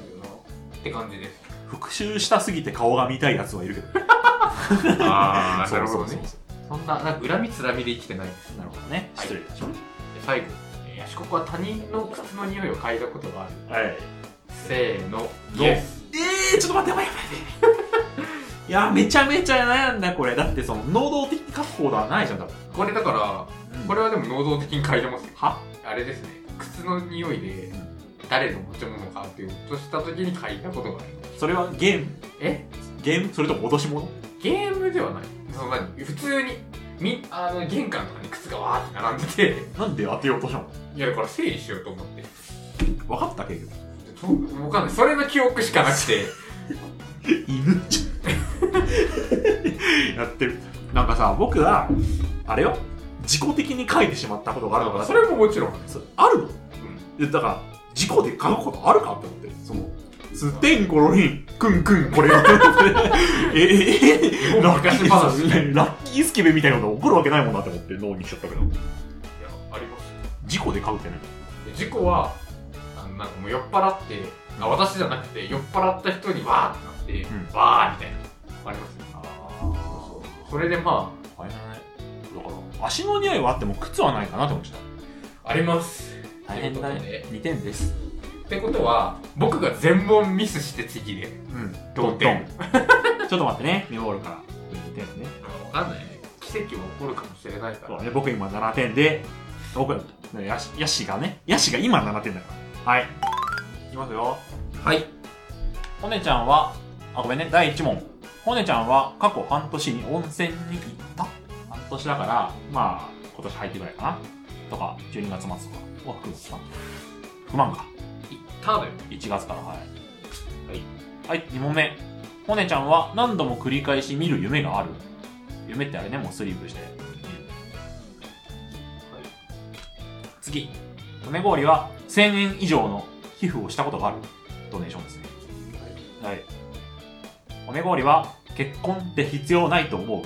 Speaker 2: て感じです。
Speaker 1: 復讐したすぎて顔が見たいやつはいるけど。
Speaker 2: あ
Speaker 1: そうそうそう。
Speaker 2: そんな、なんか恨みつらみで生きてないです。
Speaker 1: なるほどね。
Speaker 2: はい
Speaker 1: 失礼いたしまし
Speaker 2: で最後、えーヤシココは他人の靴の匂いを嗅いだことがある。
Speaker 1: た。はい。
Speaker 2: せーの、
Speaker 1: どうえー、ちょっと待って、やばいやばいやばい。いや、めちゃめちゃ悩んだ、これ。だって、その、能動的確保ではないじゃん、多分。
Speaker 2: これだから、こ
Speaker 1: これ、
Speaker 2: れはでも能動的に嗅いでますよ。
Speaker 1: は
Speaker 2: あれですね、靴の匂いで誰の持ち物かっていうとした時に嗅いだことがある。
Speaker 1: それはゲーム
Speaker 2: え
Speaker 1: ゲームそれとも脅し物
Speaker 2: ゲームではない。その何普通に、み、あの、玄関とかに靴がわーって並んでて、
Speaker 1: なんで当てようとしたの
Speaker 2: いや、だから整理しようと思って。
Speaker 1: 分かった、結局。
Speaker 2: そうわかんない。それの記憶しかなく て。
Speaker 1: 犬 じゃんやってるなんかさ僕はあれよ自己的に書いてしまったことがあるのかな
Speaker 2: それももちろん。
Speaker 1: それあるの
Speaker 2: う
Speaker 1: いやだから事故で書くことあるかって思ってそのすてんころりんくんくんこれ ええええ
Speaker 2: ん。
Speaker 1: ラッキ
Speaker 2: 昔
Speaker 1: ー
Speaker 2: 話
Speaker 1: そう
Speaker 2: いや、
Speaker 1: ラッキースケベみたいなこと起こるわけないもんなって思って脳にしちゃったけど
Speaker 2: ありますよ
Speaker 1: 事故で書くってね
Speaker 2: で事故は、あの、なんかもう酔っ払って、あ、私じゃなくて、酔っ払った人にわーってなって、
Speaker 1: うん
Speaker 2: わーみたいな。ありますよ
Speaker 1: あ
Speaker 2: それでま
Speaker 1: あはいだから足の匂いはあっても靴はないかなって思ってた
Speaker 2: あ、あります。
Speaker 1: 大変だ
Speaker 2: ということで
Speaker 1: ね2点です
Speaker 2: ってことは、僕が全問ミスして次で。
Speaker 1: うん
Speaker 2: 同 点。
Speaker 1: ちょっと待ってね、ミモールから。2点ね。
Speaker 2: わかんないね。奇跡も起こるかもしれないか
Speaker 1: そ
Speaker 2: ら
Speaker 1: う。ね、僕今7点で、僕、ねヤシヤシがね、ヤシが今7点だから。はい。いきますよ。
Speaker 2: はい。
Speaker 1: ほねちゃんは、あ、ごめんね、第1問。ほねちゃんは過去半年に温泉に行った半年だから、まあ、今年入ってぐらいかな。とか、12月末とか。うわ、9月か。不満か。
Speaker 2: 行ったのよ。
Speaker 1: 1月から、はい。はい。はい、2問目。ほねちゃんは何度も繰り返し見る夢がある。夢ってあれね、もうスリープして。次。米氷は1000円以上の寄付をしたことがある。ドネーションですね。はい。米氷は結婚って必要ないと思う。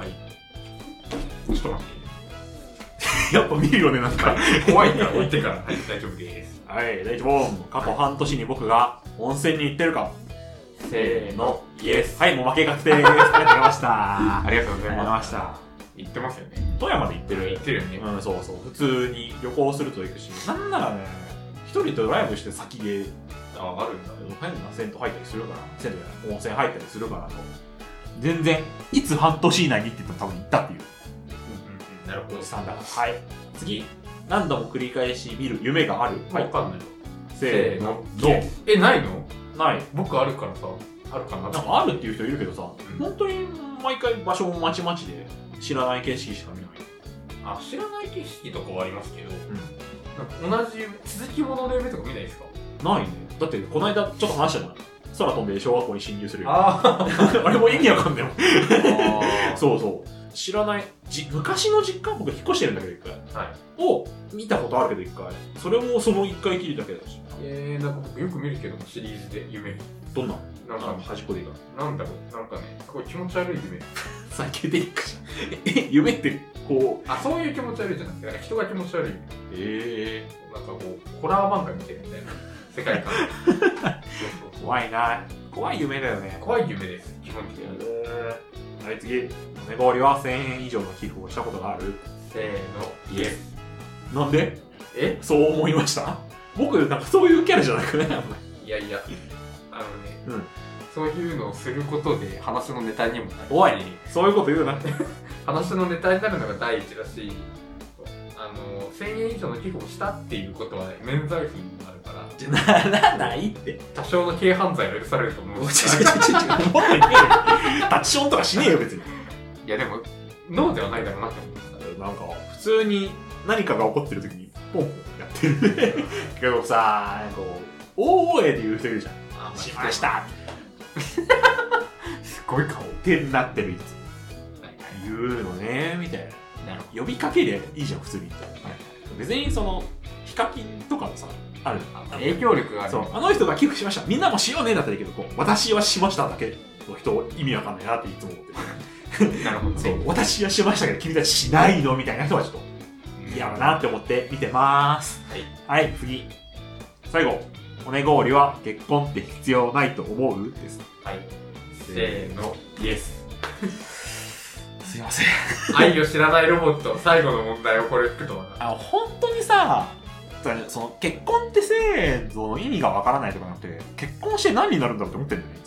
Speaker 2: はい。ちょっと待っ
Speaker 1: やっぱ見るよね、なんか。
Speaker 2: て。怖いから置いてから。はい、大丈夫です。
Speaker 1: はい、第一問。過去半年に僕が温泉に行ってるか。
Speaker 2: せーの、イエス。
Speaker 1: はい、もう負け確定 です。ありがとうございました。あ
Speaker 2: ありがとうござい
Speaker 1: りがとうござい
Speaker 2: ま
Speaker 1: ました。
Speaker 2: す。行ってますよね。
Speaker 1: 富山で行ってる
Speaker 2: 行ってるよね。
Speaker 1: うん、そうそう。普通に旅行すると行くし、なんならね、一人とドライブして先で、
Speaker 2: あ、あるんだ。
Speaker 1: 変な銭湯入ったりするから、銭湯じゃない、温泉入ったりするからと。全然、いつ半年以内にって言っても多分行ったっていう
Speaker 2: なるほ
Speaker 1: お
Speaker 2: ど。
Speaker 1: じさんだから。はい。次、何度も繰り返し見る夢がある。
Speaker 2: わかんない。
Speaker 1: せーの、
Speaker 2: ど
Speaker 1: ド
Speaker 2: う
Speaker 1: ン。
Speaker 2: え、ないの
Speaker 1: ない。
Speaker 2: 僕あるからさ。あるかな
Speaker 1: なんかあるっていう人いるけどさ、
Speaker 2: ん
Speaker 1: 本当に毎回場所もまちまちで、知らない景色しか見ない。
Speaker 2: あ、知らない景色とかはありますけど、
Speaker 1: う
Speaker 2: なんか同じ続きものの夢とか見ないですか
Speaker 1: ん。ないね。だって、この間ちょっと話したじゃん。空飛んで小学校に侵入するよ。
Speaker 2: あ
Speaker 1: あれも意味わかんないもん。
Speaker 2: あ
Speaker 1: そ
Speaker 2: そ
Speaker 1: うそう。知らない、じ昔の実家、僕引っ越してるんだけど、一回。
Speaker 2: う。はい。
Speaker 1: を見たことあるけど、一回。それもその一回きりだけだし。
Speaker 2: えー、なんか僕よく見るけど、シリーズで夢。
Speaker 1: どんな
Speaker 2: なん
Speaker 1: あ
Speaker 2: か
Speaker 1: の、端っこでいいか
Speaker 2: なんだろう、なんかね、すごい気持ち悪い夢。
Speaker 1: サイケデリックじゃん。 え、夢って、こう。
Speaker 2: あ、そういう気持ち悪いじゃなくて、なんか人が気持ち悪い夢。
Speaker 1: ええ
Speaker 2: なんかこう、ホラー漫画見てるみたいな世界観。そうそう
Speaker 1: 怖いな。怖い夢だよね。
Speaker 2: 怖い夢です、基本的
Speaker 1: え
Speaker 2: に。
Speaker 1: ーはい、次。お氷は1000円以上の寄付をしたことがある。
Speaker 2: せーの、イエス。
Speaker 1: なんで
Speaker 2: え
Speaker 1: そう思いました僕、なんかそういうキャラじゃなくね、あんまり
Speaker 2: いやいや、あのね、
Speaker 1: うん
Speaker 2: そういうのをすることで話のネタにもなる
Speaker 1: おいそういうこと言うな。
Speaker 2: 話のネタになるのが第一だし、あの、1000円以上の寄付をしたっていうことは、免罪品になるか ら、
Speaker 1: ならないって。
Speaker 2: 多少の軽犯罪は許されると思う
Speaker 1: もっと
Speaker 2: し。
Speaker 1: いけよタッチションとかしねえよ別に
Speaker 2: いやでも、ノーではないだろうなって思って
Speaker 1: なんか普通に何かが起こってる時にポンポンやってるけどさこう大声で言う人いるじゃ
Speaker 2: た。
Speaker 1: んしました
Speaker 2: すごい顔。
Speaker 1: ってなってるいつ言うのねみたいな
Speaker 2: なるほ
Speaker 1: 呼びかけでいいじゃん普通に言ったら
Speaker 2: ど。
Speaker 1: 別にそのヒカキンとかのさある
Speaker 2: あ影響力がある。
Speaker 1: そうあの人が寄付しましたみんなもしようねだったらいいけどこう私はしましただけの人意味わかんないなっていつも思ってる
Speaker 2: なるほどね。
Speaker 1: そう私はしましたけど君たちしないのみたいな人はちょっと
Speaker 2: うん
Speaker 1: 嫌だなって思って見てます。
Speaker 2: はい。
Speaker 1: はい、次。最後。骨氷は結婚って必要ないと思うです。
Speaker 2: はい。せーの、イエス。
Speaker 1: すいません。
Speaker 2: 愛を知らないロボット、最後の問題をこれ吹くとはな。
Speaker 1: あの、本当にさ、だからその結婚って制度の意味がわからないとかなくて、結婚して何になるんだろうって思ってんだよね、い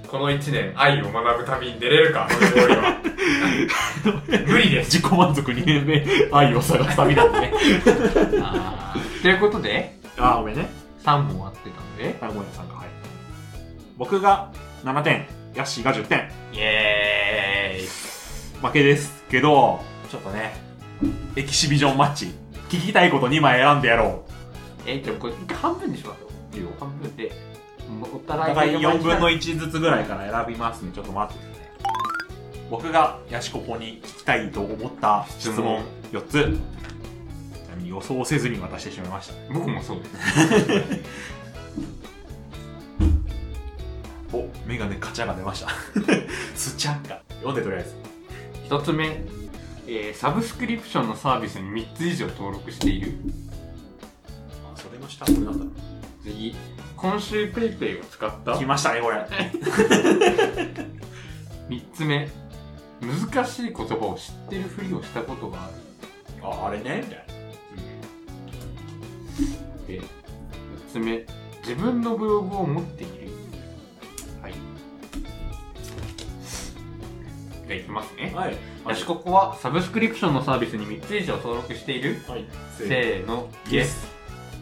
Speaker 1: つも。
Speaker 2: この一年、愛を学ぶ旅に出れるか、この氷 は。無理で す。
Speaker 1: 自己満足2年目、 愛を探す旅だ ってね。
Speaker 2: ということで、
Speaker 1: あー、ごめんね。
Speaker 2: 3問合ってたんで、
Speaker 1: はい、ごめんさんが、はい。僕が7点、ヤッシーが10点。
Speaker 2: イエーイ
Speaker 1: 負けですけど、ちょっとね、エキシビジョンマッチ、聞きたいこと2枚選んでやろ
Speaker 2: え、じゃあこれ一回半分にしますよ。
Speaker 1: う。いいよ
Speaker 2: 半分で、お
Speaker 1: お
Speaker 2: 互い
Speaker 1: 互い4分の
Speaker 2: 1。
Speaker 1: 1ずつぐらいから選びますね。ちょっと待っててね。僕がヤシココに聞きたいと思った質問4つ。ちなみに予想せずに渡してしまいました。
Speaker 2: 僕もそうです。
Speaker 1: お、メガネカチャが出ました。 スチャンカ。読んでとりあえず。
Speaker 2: 1つ目、えーサブスクリプションのサービスに3つ以上登録している。
Speaker 1: あそれの下これなんだろ
Speaker 2: 次、今週 PayPay ペイペイを使った
Speaker 1: う。来ましたね、これ。
Speaker 2: 3つ目難しい言葉を知ってるふりをしたことがある
Speaker 1: あ、あれねみたいな。
Speaker 2: で4つ目自分のブログを持っているはいじゃあいきますね
Speaker 1: はい。
Speaker 2: ヤシココはサブスクリプションのサービスに3つ以上登録している
Speaker 1: はい。
Speaker 2: せーのイエス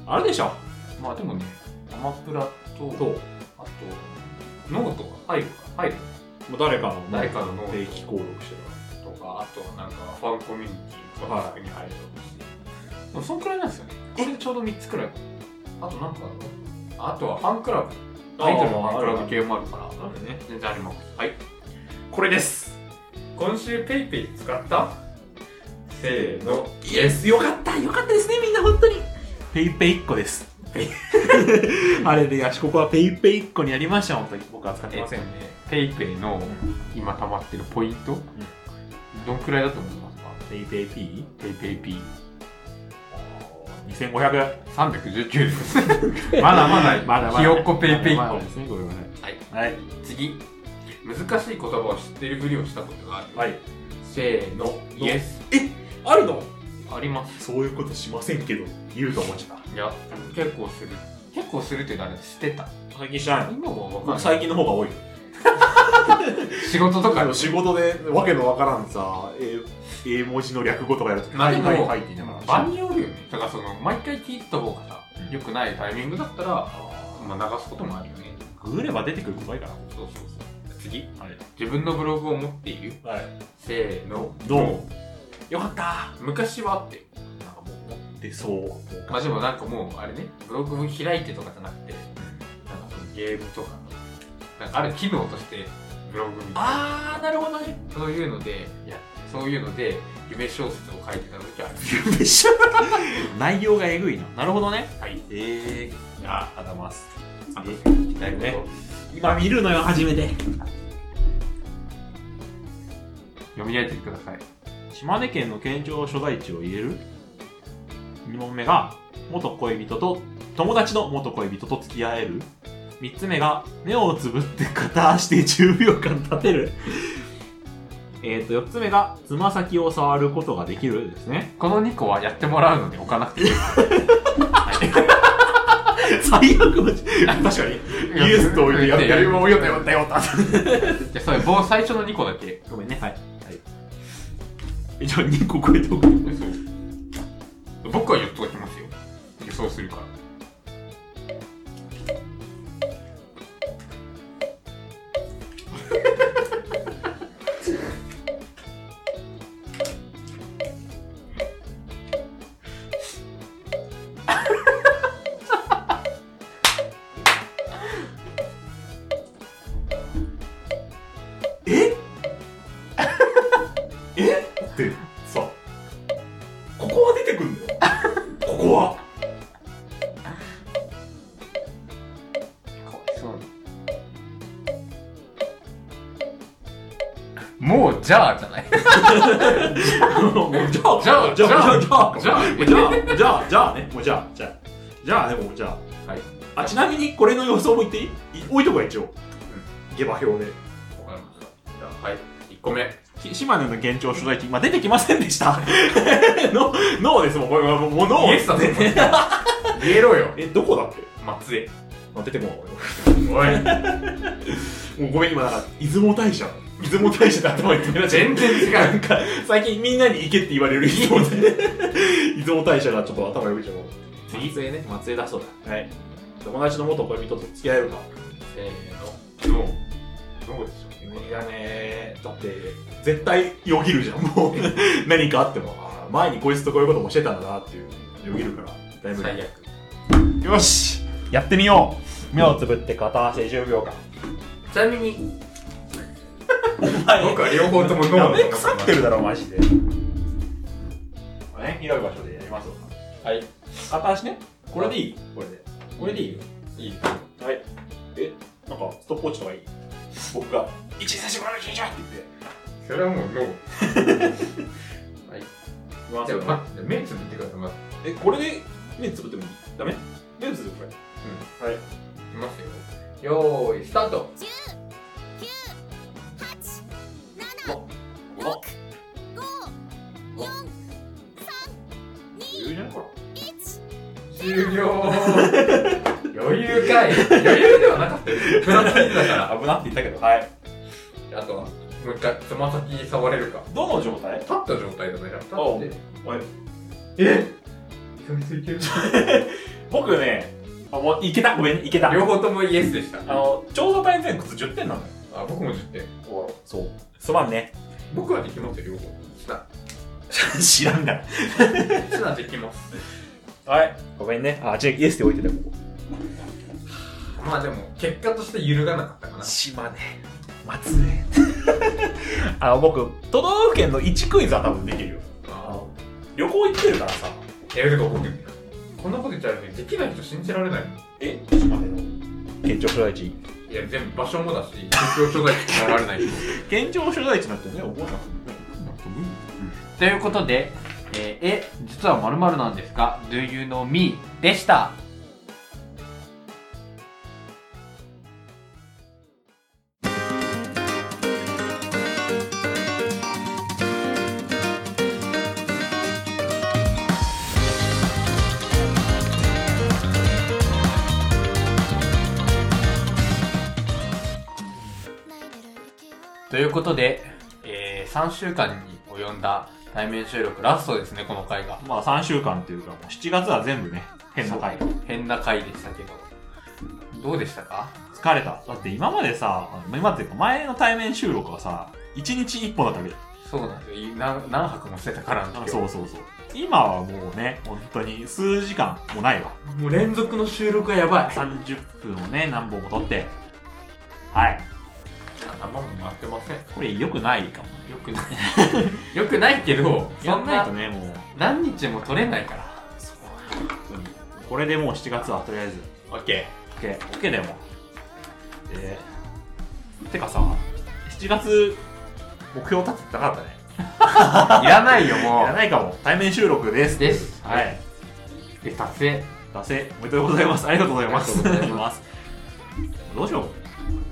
Speaker 1: あれでしょ
Speaker 2: まあでもねアマプラと
Speaker 1: そう。
Speaker 2: あとノートが入るか入る
Speaker 1: もう誰かの
Speaker 2: 誰かのノート
Speaker 1: 定期購読して
Speaker 2: とかあとはなんかファンコミュニティとかに入るとかして、でもそんくらいなんですよねこれでちょうど3つくらいあとなんかあるのあとはファンクラブ
Speaker 1: あ
Speaker 2: タ
Speaker 1: ー
Speaker 2: イトルのファンクラブ系もあるから
Speaker 1: るね。
Speaker 2: 全然ありますはい
Speaker 1: これです。
Speaker 2: 今週ペイペイ使ったせーの
Speaker 1: イエス。よかった。よかったですね、みんな、本当に。ペイペイ1個 です。あれで、ヤシココはペイペイ1個にやりました、本当に。僕は使って
Speaker 2: えっ
Speaker 1: ませ
Speaker 2: と
Speaker 1: ん
Speaker 2: ね。ペイペイの今溜まってるポイント、どんくらいだと思いますか
Speaker 1: ペイペイ P?
Speaker 2: ペイペイ P
Speaker 1: 2500。
Speaker 2: 319です。まだま だ、
Speaker 1: まだまだ。
Speaker 2: ひよっこペイペイ
Speaker 1: まだま
Speaker 2: 1
Speaker 1: だですね、ごめんなさ
Speaker 2: 個。はい。
Speaker 1: い。はい。
Speaker 2: 次難しい言葉を知ってるふりをしたことがある、
Speaker 1: はい。
Speaker 2: せーのイエス
Speaker 1: あるの
Speaker 2: あります
Speaker 1: そういうことしませんけど、言うと思ってた。
Speaker 2: いや結構する結構するって誰してた
Speaker 1: 最近知らない
Speaker 2: 今は分か
Speaker 1: 僕
Speaker 2: んない
Speaker 1: 最近の方が多い。
Speaker 2: 仕事と
Speaker 1: あ
Speaker 2: か
Speaker 1: の仕事でわけのわからんさ、え英文字の略語とかやるとき、
Speaker 2: まあ
Speaker 1: は
Speaker 2: で
Speaker 1: い
Speaker 2: も
Speaker 1: はいはいって言いながら。
Speaker 2: 場によるよねだからその毎回聞いてた方がさ
Speaker 1: うん
Speaker 2: 良くないタイミングだったら、まあ、流すこともあるよね
Speaker 1: ググれば出てくる怖いから。
Speaker 2: そうそうそう次
Speaker 1: はい。
Speaker 2: 自分のブログを持っている
Speaker 1: はい。
Speaker 2: せーの
Speaker 1: どう
Speaker 2: も
Speaker 1: よかった
Speaker 2: う昔はあって
Speaker 1: なんかもう持ってそう。もう
Speaker 2: まあでもなんかもうあれねブログを開いてとかじゃなくてなんかそのゲームとかなんかある機能としてブログみたいな
Speaker 1: あー、なるほどね。
Speaker 2: そういうのでやそういうので夢小説を書いてた時はある
Speaker 1: めっちゃ内容がえぐいな。なるほどね。
Speaker 2: はい
Speaker 1: えー。あ、あざます。
Speaker 2: あ
Speaker 1: 次
Speaker 2: 聞きたいこと、
Speaker 1: ね今見るのよ、初めて。
Speaker 2: 読み上げてください
Speaker 1: 島根県の県庁所在地を入れる2問目が元恋人と友達の元恋人と付き合える3つ目が目をつぶって片足で10秒間立てるえーと4つ目がつま先を触ることができるですね
Speaker 2: この2個はやってもらうので置かなくていい
Speaker 1: 最悪の確かにイエスとややるよやったやったやった
Speaker 2: じゃあそれ棒最初の2個だけ
Speaker 1: ごめんねはい、はい、じゃあ2個超えとく
Speaker 2: そう僕は言っときますよ予想するから
Speaker 1: えってさここは出てく んだよここは
Speaker 2: そうもうじゃあじゃない
Speaker 1: じゃあ、じゃあ、じゃあ、じゃあ、じゃあ、じゃあ、じゃあね、もうじゃあ、じゃあ、じゃあね、もうじゃあ。はい。あ、ちなみにこれの予想も言っていいい置いとくわ、一応。下馬評で。
Speaker 2: わかりました。じゃあ、はい。1個目。
Speaker 1: き島根の現状所在地、今出てきませんでした の、脳ですもん、これはもう、もう脳
Speaker 2: イエスだぞ。 言えろよ。
Speaker 1: え、どこだっけ
Speaker 2: 松江。
Speaker 1: あ、出てこない。
Speaker 2: おい。
Speaker 1: もうごめん、今なんか、出雲大社。出雲大社で頭に止められちゃう
Speaker 2: 全然違う
Speaker 1: なんか、最近みんなに行けって言われる出雲大社。出雲大社がちょっと頭よぎちゃう。
Speaker 2: 次
Speaker 1: 松江ね、松江だそうだ。はい。友達の元恋人と付き合えるか。
Speaker 2: せーの。どうどうでしょう
Speaker 1: いやねだって、絶対よぎるじゃん、 もう。何かあっても。あー前にこいつとこういうこともしてたんだなっていう。よぎるから。だいぶ
Speaker 2: 最悪。
Speaker 1: よしやってみよう目をつぶって片足10秒間。
Speaker 2: ちなみに、
Speaker 1: はい。
Speaker 2: 僕は両方とも
Speaker 1: や
Speaker 2: 脳
Speaker 1: め腐ってるだろ、マジで。ね、広い場所でやりますわ。
Speaker 2: はい。
Speaker 1: 片足ね。これでいいこれで。
Speaker 2: これでいいよ。いいよ。
Speaker 1: はい。え、なんか、ストップウォッチとかいい僕が、一最初から消えちゃって言って。
Speaker 2: それはもう脳。
Speaker 1: 言わ
Speaker 2: じ
Speaker 1: せ
Speaker 2: ゃ
Speaker 1: る
Speaker 2: あ、まず、目つぶってください。まず、
Speaker 1: え、これで目つぶってもいいダメ目つぶってこれ。うん。はい。
Speaker 2: いきますよ。よーい、スタート。
Speaker 1: あ、言うじゃん、ほら。
Speaker 2: 終 了余裕かい余裕ではなか ったよ。プラスだから。
Speaker 1: あ危なって言ったけど、はい。
Speaker 2: あとは、もう一回、つま先触れるか。
Speaker 1: どの状態
Speaker 2: 立った状態だね。立
Speaker 1: おう
Speaker 2: って。
Speaker 1: え
Speaker 2: 意外といける
Speaker 1: 僕ね、あ、もういけた、ごめんね、いけた。
Speaker 2: 両方ともイエスでした。
Speaker 1: あの、ちょうど大全靴10点なのよ。
Speaker 2: あ、僕も10点。
Speaker 1: そう。すまんね。
Speaker 2: 僕はできますよ、両方。来た。
Speaker 1: 知らんが
Speaker 2: 来た、できます。
Speaker 1: はい。ごめんね。あ、違う、イエスって置いてた、ここ。
Speaker 2: まあでも、結果として揺るがなかったかな。
Speaker 1: 島根。松江。 あの、僕、都道府県の1クイズは多分できるよ。
Speaker 2: ああ。
Speaker 1: 旅行行ってるからさ。
Speaker 2: え、てか僕、こんなこと言っちゃうのに、できない人信じられないもん。
Speaker 1: え島根の県庁所在地。
Speaker 2: いや、全部場所もだし、東京所在地信じられない人。
Speaker 1: 県庁所在地なんてね、覚えなくて
Speaker 2: ということで、えーえ、実は〇〇なんですか ?Do you know me? でした。 ということで、えー3週間に及んだ対面収録ラストですね、この回が。
Speaker 1: まあ3週間っていうか、もう7月は全部ね、変な回。
Speaker 2: 変な回でしたけど。どうでしたか
Speaker 1: 疲れた。だって今までさ、今っていうか前の対面収録はさ、1日1本だったわけ
Speaker 2: そうなんですよ。い何何泊もしてたからなん
Speaker 1: あ
Speaker 2: で
Speaker 1: そうそうそう。今はもうね、本当に数時間もないわ。
Speaker 2: う。もう連続の収録はやばい。
Speaker 1: 30分をね、何本も撮って。はい。
Speaker 2: 頭も回ってません。
Speaker 1: これ良くないかも。
Speaker 2: よく ない。よくないけど、
Speaker 1: や
Speaker 2: そ
Speaker 1: ん
Speaker 2: ん
Speaker 1: ない
Speaker 2: な
Speaker 1: とね、もう。
Speaker 2: 何日も取れないから。
Speaker 1: 本当にこれでもう7月はとりあえず、
Speaker 2: オッケ
Speaker 1: OK、OK だよ、もう。で、てかさ、7月、目標立ててなかったね。
Speaker 2: ー。いらないよ、
Speaker 1: い
Speaker 2: も
Speaker 1: らないかも。対面収録です。
Speaker 2: う。です。
Speaker 1: は。い。
Speaker 2: で、撮影。
Speaker 1: 達成、おめでとうございます。ありがとうございます。
Speaker 2: ありがとうございま
Speaker 1: どうしよう。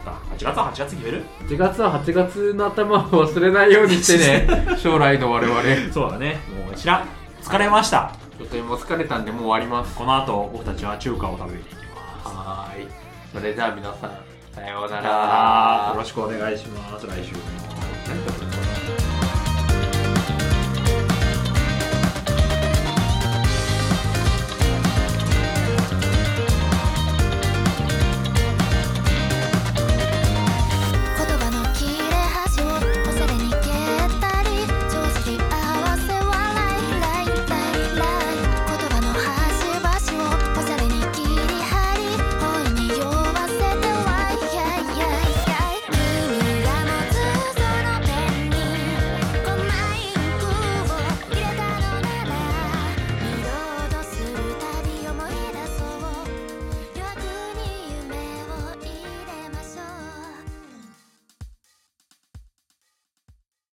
Speaker 1: あ8月は8月決める
Speaker 2: 8月は8月の頭を忘れないようにしてね。 将来の我々。
Speaker 1: そうだね。もう知らん。疲れました。
Speaker 2: ちょっと今疲れたんでもう終わります。
Speaker 1: この後、僕たちは中華を食べに行きます。
Speaker 2: はーい。それじゃあ皆さん、さような
Speaker 1: あーよ
Speaker 2: ら
Speaker 1: ろ。しくお願いします。来週も。